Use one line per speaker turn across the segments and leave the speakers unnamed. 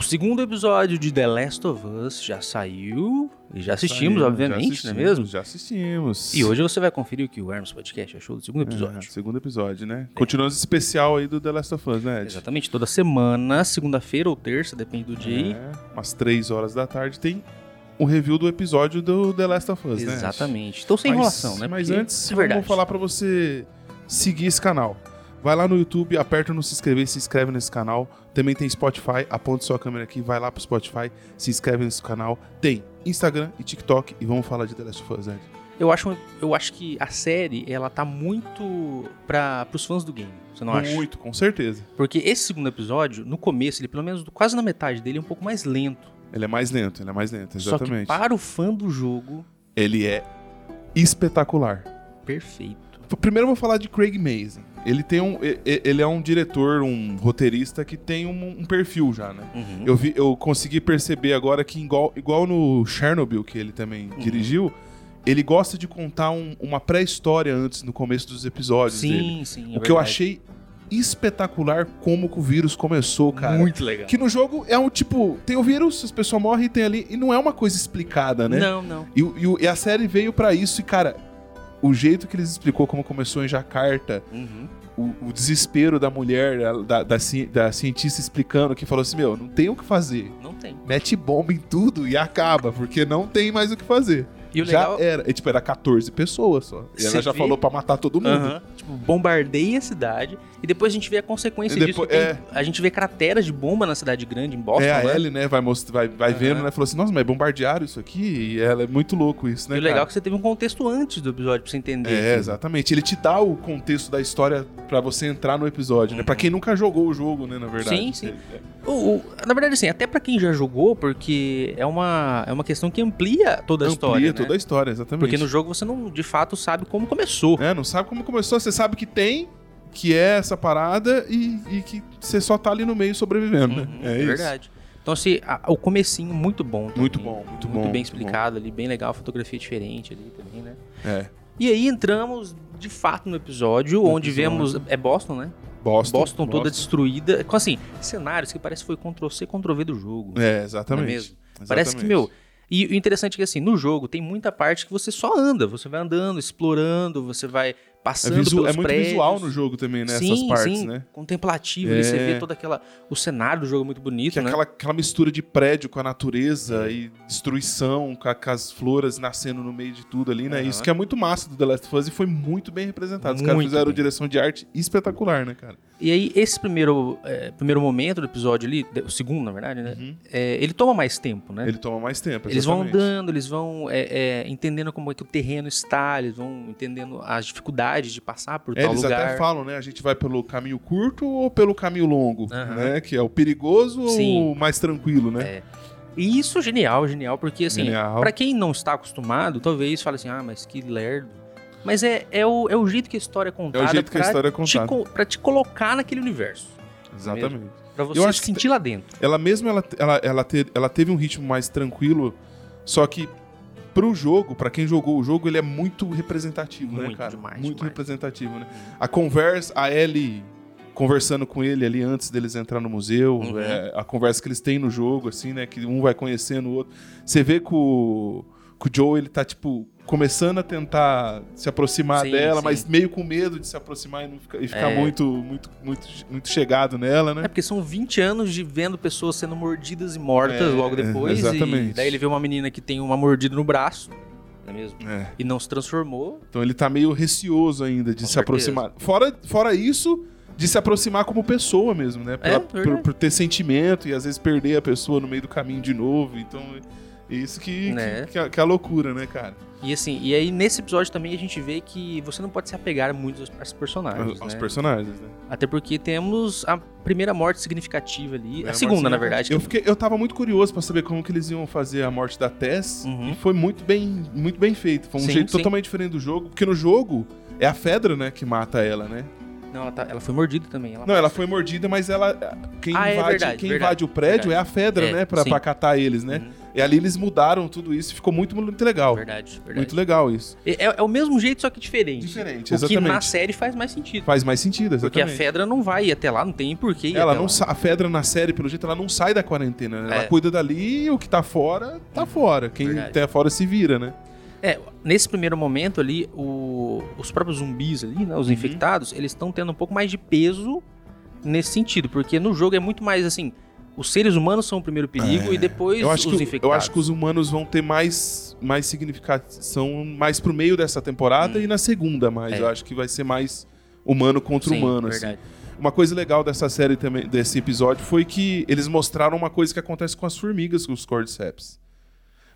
segundo episódio de The Last of Us já saiu e já assistimos,
Saímos, já
obviamente, não é
assistimos,
mesmo?
Já assistimos.
E hoje você vai conferir o que o Hermes Podcast achou do segundo
É,
episódio. É.
segundo episódio, né? Continuando esse especial aí do The Last of Us, né, Ed?
Exatamente, toda semana, segunda-feira ou terça, depende do dia.
É, umas três horas da tarde tem um review do episódio do The Last of Us, né? Ed?
Exatamente. Então sem
Mas-
enrolação, né?
Mas
Porque
antes,
é
vamos
verdade.
falar pra você seguir esse canal. Vai lá no YouTube, aperta no se inscrever, se inscreve nesse canal. Também tem Spotify, aponta sua câmera aqui, vai lá pro Spotify, se inscreve nesse canal. Tem Instagram e TikTok e vamos falar de The Last of Us, Ed.
Eu acho, eu acho que a série, ela tá muito para os fãs do game, você não acha?
Muito, com certeza.
Porque esse segundo episódio, no começo, ele pelo menos quase na metade dele é um pouco mais lento.
Ele é mais lento, ele é mais lento,
Só que
exatamente.
para o fã do jogo,
Ele é espetacular.
perfeito.
Primeiro eu vou falar de Craig Mazin. Ele tem um. e- e- Ele é um diretor, um roteirista que tem um, um perfil já, né?
Uhum.
Eu, vi, eu consegui perceber agora que, igual, igual no Chernobyl, que ele também
Uhum.
dirigiu, ele gosta de contar um- uma pré-história antes, no começo dos episódios
Sim,
dele.
sim.
o
é
que eu
verdade.
achei espetacular como que o vírus começou, cara.
muito legal.
Que no jogo é um tipo, tem o vírus, as pessoas morrem e tem ali. E não é uma coisa explicada, né?
Não, não.
E, o- e o- e a série veio pra isso e, cara, o jeito que eles explicou como começou em Jacarta,
Uhum.
o, o desespero da mulher, da, da, da ci- da cientista explicando, que falou assim, meu, não tem o que fazer.
Não tem.
Mete bomba em tudo e acaba, porque não tem mais o que fazer.
E o
Já
legal.
era. E, tipo, era 14 pessoas só. E
Cê
ela já
vê?
falou pra matar todo mundo.
Aham. Tipo, bombardeia a cidade e depois a gente vê a consequência
E
disso.
depois-
que tem- A gente vê crateras de bomba na cidade grande, em Boston.
É, a
né?
Ellie, né? Vai, most- vai, vai
Aham.
vendo, né? Falou assim, nossa, mas bombardearam isso aqui? E ela é muito louco isso,
E
né,
o legal é que você teve um contexto antes do episódio pra você entender.
É,
assim.
exatamente. Ele te dá o contexto da história pra você entrar no episódio, né? Pra quem nunca jogou o jogo, né, na verdade.
Sim, sim.
É,
O- o- na verdade, assim, até pra quem já jogou, porque é uma, é uma questão que amplia toda a
Amplia
história. né?
toda a história, exatamente.
Porque no jogo você não, de fato, sabe como começou.
É, não sabe como começou, você sabe que tem, que é essa parada e, e que você só tá ali no meio sobrevivendo, né?
Uhum,
É, isso.
verdade. Então, assim, a- o comecinho muito bom. também.
Muito bom, muito bom,
Muito bem
muito
explicado ali, bem legal, fotografia diferente ali também, né?
É.
E aí entramos, de fato, no episódio,
No
onde
episódio.
vemos... É Boston, né?
Boston.
Boston toda destruída. Com, assim, cenários que parece que foi Ctrl-C, Ctrl-V do jogo.
É, exatamente.
Não é mesmo? Parece que, meu. E o interessante é que, assim, no jogo tem muita parte que você só anda. Você vai andando, explorando, você vai
É,
passando
visu-
pelos
é muito
prédios.
visual no jogo também, né?
sim,
Essas partes,
sim,
né?
contemplativo. ali, você
É.
vê toda aquela... O cenário do jogo é muito bonito,
Que é
né?
aquela, aquela mistura de prédio com a natureza e destruição, com, a- com as flores nascendo no meio de tudo ali, né?
Aham.
Isso que é muito massa do The Last of Us e foi muito bem representado. Os caras
Muito
fizeram
bem.
direção de arte espetacular, né, cara?
E aí, esse primeiro, é, primeiro momento do episódio ali, de- o segundo, na verdade, né?
Uhum.
é, ele toma mais tempo, né?
Ele toma mais tempo.
eles vão
exatamente.
andando, eles vão é, é, entendendo como é que o terreno está, eles vão entendendo as dificuldades de passar por
É,
tal
eles até
lugar.
falam, né? A gente vai pelo caminho curto ou pelo caminho longo,
Aham.
né? Que é o perigoso ou
Sim.
o mais tranquilo, né?
E isso é genial, genial, porque assim,
Genial.
pra quem não está acostumado, talvez fale assim, ah, mas que lerdo. Mas é, é, o, é o jeito que a história é contada
jeito que a
pra
história é
te
contada.
co- pra te colocar naquele universo.
Exatamente.
Pra você
acho que
sentir lá dentro.
Ela mesmo, ela, ela, ela, te- ela teve um ritmo mais tranquilo, só que pro jogo, pra quem jogou o jogo, ele é muito representativo, né,
Muito,
cara?
demais,
muito
demais.
representativo, né? A conversa, a Ellie conversando com ele ali antes deles entrar no museu,
Uhum.
é, a conversa que eles têm no jogo, assim, né? Que um vai conhecendo o outro. Você vê que o, que o Joe, ele tá, tipo, começando a tentar se aproximar
Sim,
dela,
sim.
mas meio com medo de se aproximar e, não ficar- e ficar
É.
muito, muito, muito, muito chegado nela, né?
É porque são 20 anos de vendo pessoas sendo mordidas e mortas
É,
logo depois.
exatamente.
E daí ele vê uma menina que tem uma mordida no braço, não é mesmo?
É.
E não se transformou.
Então ele tá meio receoso ainda de
Com
se
certeza.
aproximar. Fora, fora isso, de se aproximar como pessoa mesmo, né? Pela-
É, verdade.
por, por ter sentimento e às vezes perder a pessoa no meio do caminho de novo. Então, é isso que,
Né?
que, que é, que é a loucura, né, cara?
E assim, e aí nesse episódio também a gente vê que você não pode se apegar muito aos, aos personagens.
Aos, aos
né?
personagens, né?
Até porque temos a primeira morte significativa ali.
É,
a segunda,
morte
na verdade.
Eu,
que-
fiquei, eu tava muito curioso pra saber como que eles iam fazer a morte da Tess.
Uhum.
E foi muito bem, muito bem feito. Foi um
Sim,
jeito
sim.
totalmente diferente do jogo. Porque no jogo é a Fedra, né, que mata ela, né?
Não, ela, tá- ela foi mordida também. Ela
Não, ela foi mordida, mas ela. eh, Quem,
Ah, é
invade,
verdade,
quem
verdade,
invade o prédio
verdade.
é a Fedra,
É,
né? Pra,
sim.
pra catar eles, né?
Uhum.
E ali eles mudaram tudo isso e ficou muito, muito legal.
Verdade, verdade.
Muito legal isso.
É, é o mesmo jeito, só que diferente.
Diferente,
o que
exatamente.
na série faz mais sentido.
Faz mais sentido,
Porque a
exatamente.
Fedra não vai ir até lá, não tem porquê ir
ela
até
não
lá.
sa- a Fedra na série, pelo jeito, ela não sai da quarentena, né? Ela
É. Uhum.
cuida dali e o que tá fora, tá fora. Quem
Verdade.
tá fora se vira, né?
É, nesse primeiro momento ali, o- os próprios zumbis ali, né, os
Uhum.
infectados, eles estão tendo um pouco mais de peso nesse sentido, porque no jogo é muito mais assim, os seres humanos são o primeiro perigo
É,
e depois
Eu acho,
os
que, eu
infectados.
acho que os humanos vão ter mais, mais significação mais pro meio dessa temporada e na segunda, mas
Uhum. É.
eu acho que vai ser mais humano contra
Sim,
humano. assim.
verdade.
Uma coisa legal dessa série também, desse episódio, foi que eles mostraram uma coisa que acontece com as formigas, com os cordyceps.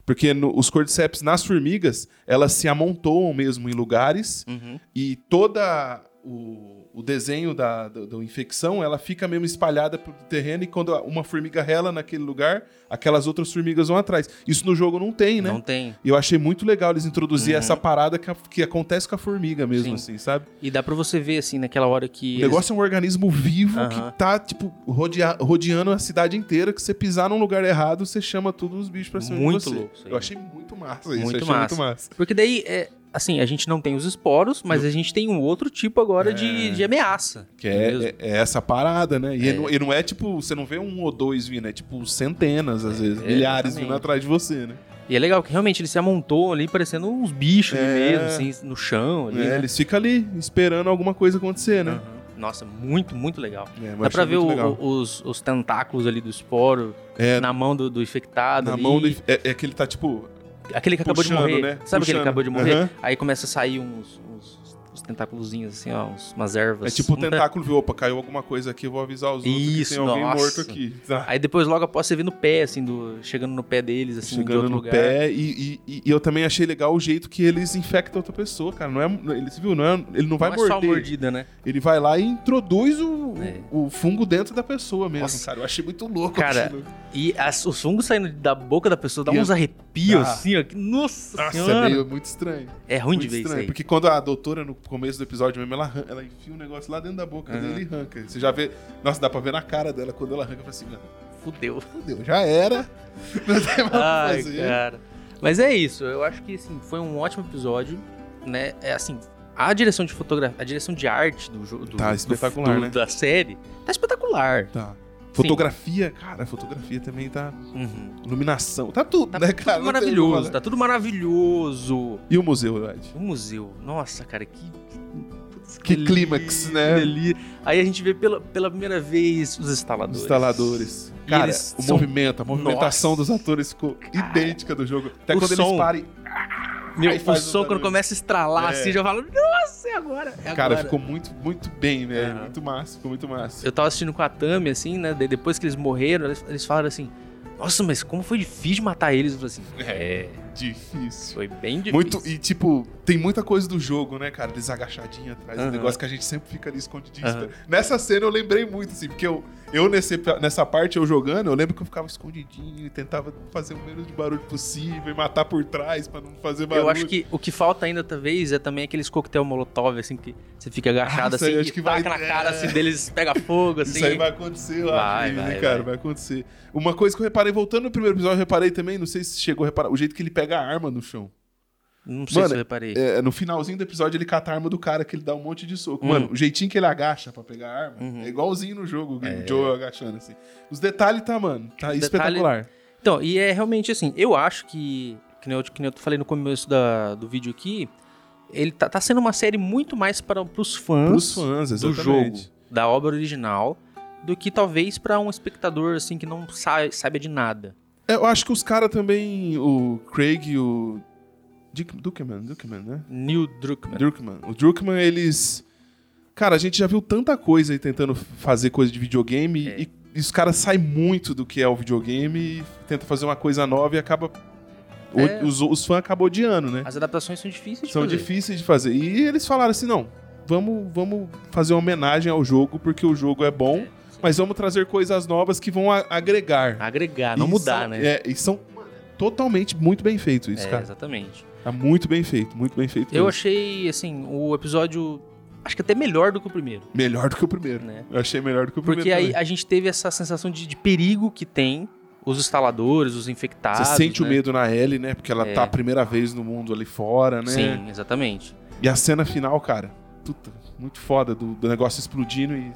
Porque no- os cordyceps nas formigas, elas se amontoam mesmo em lugares
Uhum.
e toda o, o desenho da, da, da infecção ela fica mesmo espalhada pelo terreno e quando uma formiga rela naquele lugar, aquelas outras formigas vão atrás. Isso no jogo não tem, né?
Não tem.
E Eu achei muito legal eles introduzirem
Uhum.
essa parada que, a- que acontece com a formiga mesmo, assim, sabe?
E dá pra você ver assim naquela hora que
O
eles-
negócio é um organismo vivo
Aham.
que tá, tipo, rodea- rodeando a cidade inteira, que você pisar num lugar errado, você chama todos os bichos pra cima
Muito
de você.
louco isso aí.
Eu achei muito massa isso.
Muito
achei
massa.
muito massa.
Porque daí é assim, a gente não tem os esporos, mas a gente tem um outro tipo agora de, de ameaça.
Que é,
mesmo.
é- é essa parada, né? E, Não, e não é tipo, você não vê um ou dois vindo, é tipo centenas, às vezes,
é,
milhares
exatamente.
vindo atrás de você, né?
E é legal que realmente eles se amontoam ali parecendo uns bichos ali
É.
mesmo, assim, no chão ali.
É,
né?
Eles ficam ali esperando alguma coisa acontecer, né?
Uhum. Nossa, muito, muito legal.
É, mas
Dá
achei
pra ver
muito
o-
legal.
o- os, os tentáculos ali do esporo
É,
na mão do, do infectado.
na
ali.
mão do, inf- é, é que ele tá tipo.
Aquele que acabou de
puxando,
morrer.
né?
Sabe aquele
Puxando.
que acabou de morrer?
Aham.
Aí começa a sair uns, uns, uns tentáculozinhos assim, ó, uns- umas
É
ervas.
tipo o
Um-
tentáculo viu, opa, caiu alguma coisa aqui, eu vou avisar os outros
Isso,
que tem alguém
nossa.
morto aqui. Tá.
Aí depois logo após você vê no pé, assim, do, chegando no pé deles, assim, de
Chegando
outro
no
lugar.
pé, e, e- e eu também achei legal o jeito que eles infectam outra pessoa, cara. Não é, ele, você viu, não é, ele não vai
Não é só a
morder.
mordida, né?
Ele vai lá e introduz o,
É.
o fungo dentro da pessoa mesmo,
Nossa.
cara. Eu achei muito louco
Cara,
aquilo.
E as, os fungos saindo da boca da pessoa dá
E
uns arrepios,
dá.
assim, ó. que- Nossa,
Nossa,
senhora.
é meio muito estranho.
É ruim
muito
de ver isso
estranho,
aí.
porque quando a doutora, no começo do episódio mesmo, ela, arran- ela enfia um negócio lá dentro da boca
Aham.
dele e arranca. Você já vê... Nossa, dá pra ver na cara dela quando ela arranca assim, pra cima.
Fudeu.
Fudeu, já era. Não tem mais o que
Ai,
fazer.
cara. Mas é isso, eu acho que assim, foi um ótimo episódio, né? É assim, a direção de fotografia, a direção de arte do jogo
Tá espetacular, né?
da série tá espetacular.
Tá. Fotografia, cara, fotografia também tá...
Uhum.
Iluminação, tá tudo,
Tá
né,
tudo
cara? Não tem como
maravilhoso,
falar.
tá tudo maravilhoso.
E o museu, Ed?
O museu, nossa, cara, que putz,
Que
li-
clímax, né?
deli- Aí a gente vê pela, pela primeira vez os instaladores.
Os instaladores.
E
Cara,
eles
o
são-
movimento, a movimentação
Nossa.
dos atores ficou idêntica do jogo. Até
O
quando
som.
eles parem.
Meu,
Aí
o
faz o
som quando
barulho.
começa a estralar
É.
assim, já fala, nossa, é agora. É
Cara,
agora.
ficou muito, muito bem, velho.
Aham.
Muito massa, ficou muito massa.
Eu tava assistindo com a Tami, assim, né? daí Depois que eles morreram, eles- eles falaram assim: Nossa, mas como foi difícil matar eles? Eu falei assim: É,
Difícil.
foi bem difícil.
Muito, e tipo, tem muita coisa do jogo, né, cara? Eles agachadinhos atrás, um
Aham.
negócio que a gente sempre fica ali escondidinho.
Aham.
Nessa cena eu lembrei muito, assim, porque eu, eu nesse, nessa parte, eu jogando, eu lembro que eu ficava escondidinho e tentava fazer o menos de barulho possível e matar por trás pra não fazer barulho.
Eu acho que o que falta ainda, talvez, é também aqueles coquetel molotov, assim, que você fica agachado,
Ah, isso aí
assim,
acho
e
que
taca
vai-
na cara, assim, deles, pega fogo, assim.
Isso aí vai acontecer, eu
Vai,
acho, né,
vai,
cara?
vai.
Vai. acontecer. Uma coisa que eu reparei, voltando no primeiro episódio, eu reparei também, não sei se chegou a reparar, o jeito que ele pega a arma no chão.
Não sei
Mano,
se eu reparei.
É, no finalzinho do episódio, ele cata a arma do cara, que ele dá um monte de soco.
Hum.
Mano, o jeitinho que ele agacha pra pegar a arma
Uhum. É.
é igualzinho no jogo, o Joe agachando, assim. Os detalhes tá, mano, tá espetacular.
Então, e é realmente assim, eu acho que, que nem eu, que nem eu falei no começo da- do vídeo aqui, ele tá, tá sendo uma série muito mais para os
Pros fãs,
do jogo,
exatamente.
da obra original, do que talvez pra um espectador assim que não sa saiba de nada.
É, Eu acho que os caras também, o Craig e o Dick, Dukeman, Dukeman, né?
Neil Druckmann.
Druckmann. O Druckmann, eles. Cara, a gente já viu tanta coisa aí tentando fazer coisa de videogame
É.
e, e os caras saem muito do que é o videogame e tenta fazer uma coisa nova e acaba. o-
É.
Os, os fãs acabam odiando, né?
As adaptações são difíceis de
São
fazer.
difíceis de fazer. E eles falaram assim: não, vamos, vamos fazer uma homenagem ao jogo, porque o jogo é bom, mas vamos trazer coisas novas que vão a- agregar.
Agregar, Ah, não
E
mudar,
são-
né?
É, e são mano, totalmente muito bem feito isso,
É,
cara.
exatamente.
Tá muito bem feito, muito bem feito.
Eu
mesmo.
achei, assim, o episódio. Acho que até melhor do que o primeiro,
Melhor do que o primeiro.
né?
Eu achei melhor do que o
Porque
primeiro.
aí a gente teve essa sensação de, de perigo que tem. os instaladores, os
Você
infectados.
sente o
né?
medo na Ellie, né? Porque ela
É.
tá a primeira vez no mundo ali fora, né?
Sim, exatamente.
E a cena final, cara, puta, muito foda, do, do negócio explodindo e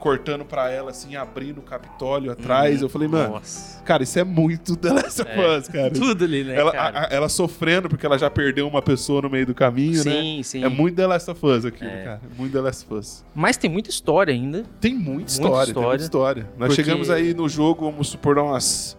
cortando pra ela, assim, abrindo o Capitólio atrás.
Hum,
Eu falei, mano,
Nossa.
cara, isso é muito The Last of
É.
Us, cara.
Tudo ali, né,
ela,
cara?
a- a- ela sofrendo porque ela já perdeu uma pessoa no meio do caminho, né?
sim, sim.
É muito The Last of Us aquilo,
É.
cara. Muito The Last of Us.
Mas tem muita história ainda.
Tem muita história, tem muita história. Nós
Porque-
chegamos aí no jogo, vamos supor, umas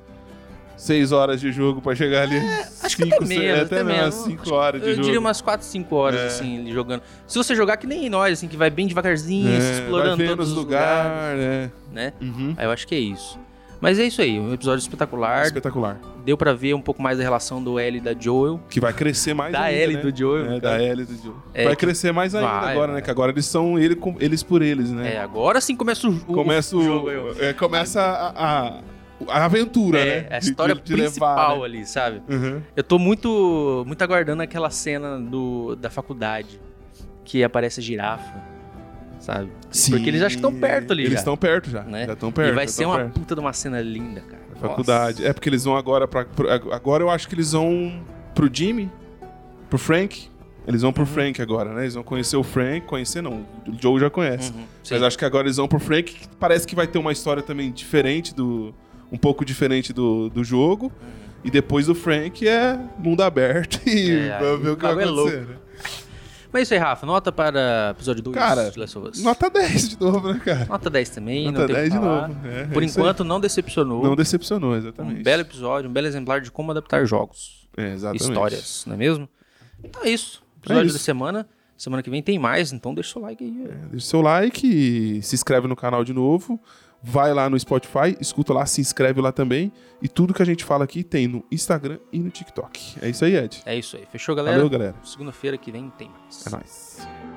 6 horas de jogo pra chegar ali.
É, acho que até
cinco,
menos,
seis-
até
até
menos.
menos. 5 horas Tá de
Eu
jogo.
diria umas 4, 5 horas,
É.
assim, ele jogando. Se você jogar que nem nós, assim, que vai bem devagarzinho,
É,
se explorando
vai vendo
todos os
os
lugares,
lugares,
né?
né? Uhum.
Aí eu acho que é isso. Mas é isso aí, um episódio espetacular.
Espetacular.
Deu pra ver um pouco mais da relação do L e da Joel.
Que vai crescer mais
Da
ainda,
Ellie
né?
do Joel.
É, da
cara.
Ellie do Joe.
É,
vai
que-
crescer mais ainda
Vai,
agora, né?
vai.
Que agora eles são ele com- eles por eles, né?
É, agora sim começa o, o
começa
o
o,
jogo. eu.
é, começa a, a, a aventura,
É,
né?
a
De-
história
de- de
principal
levar, né?
ali, sabe?
Uhum.
Eu tô muito, muito aguardando aquela cena do, da faculdade que aparece a girafa, sabe?
Sim.
Porque eles acho que estão perto ali
Eles
já.
estão perto já.
Né?
Já estão perto.
e vai
já
ser
tão
uma
perto.
puta de uma cena linda, cara. Nossa.
faculdade. É porque eles vão agora pra, pro- agora eu acho que eles vão pro Jimmy, pro Frank. Eles
Uhum.
vão pro Frank agora, né? Eles vão conhecer o Frank, conhecer não, o Joe já conhece.
Uhum, sim.
Mas acho que agora eles vão pro Frank, que parece que vai ter uma história também diferente do. um pouco diferente do, do jogo. E depois do Frank é mundo aberto e
Uhum. É, aí
vamos ver o
o
que vai
bagulho é louco.
acontecer. né?
Mas isso aí, Rafa, nota para episódio 2
Cara,
de Last of Us.
Nota 10 de novo, né, cara?
Nota 10 também,
Nota
não tem o que
10 de
falar.
novo.
Por
é, é isso aí.
enquanto, não decepcionou.
Não decepcionou, exatamente.
um belo episódio, um belo exemplar de como adaptar jogos,
É, exatamente.
histórias, não é mesmo? Então é isso. Episódio
isso. É.
da semana. Semana que vem tem mais, então deixa o seu like aí.
Deixa o seu like, se inscreve no canal de novo, vai lá no Spotify, escuta lá, se inscreve lá também. E tudo que a gente fala aqui tem no Instagram e no TikTok. É isso aí, Ed.
É isso aí. Fechou, galera?
Valeu, galera.
Segunda-feira que vem tem mais.
É nóis.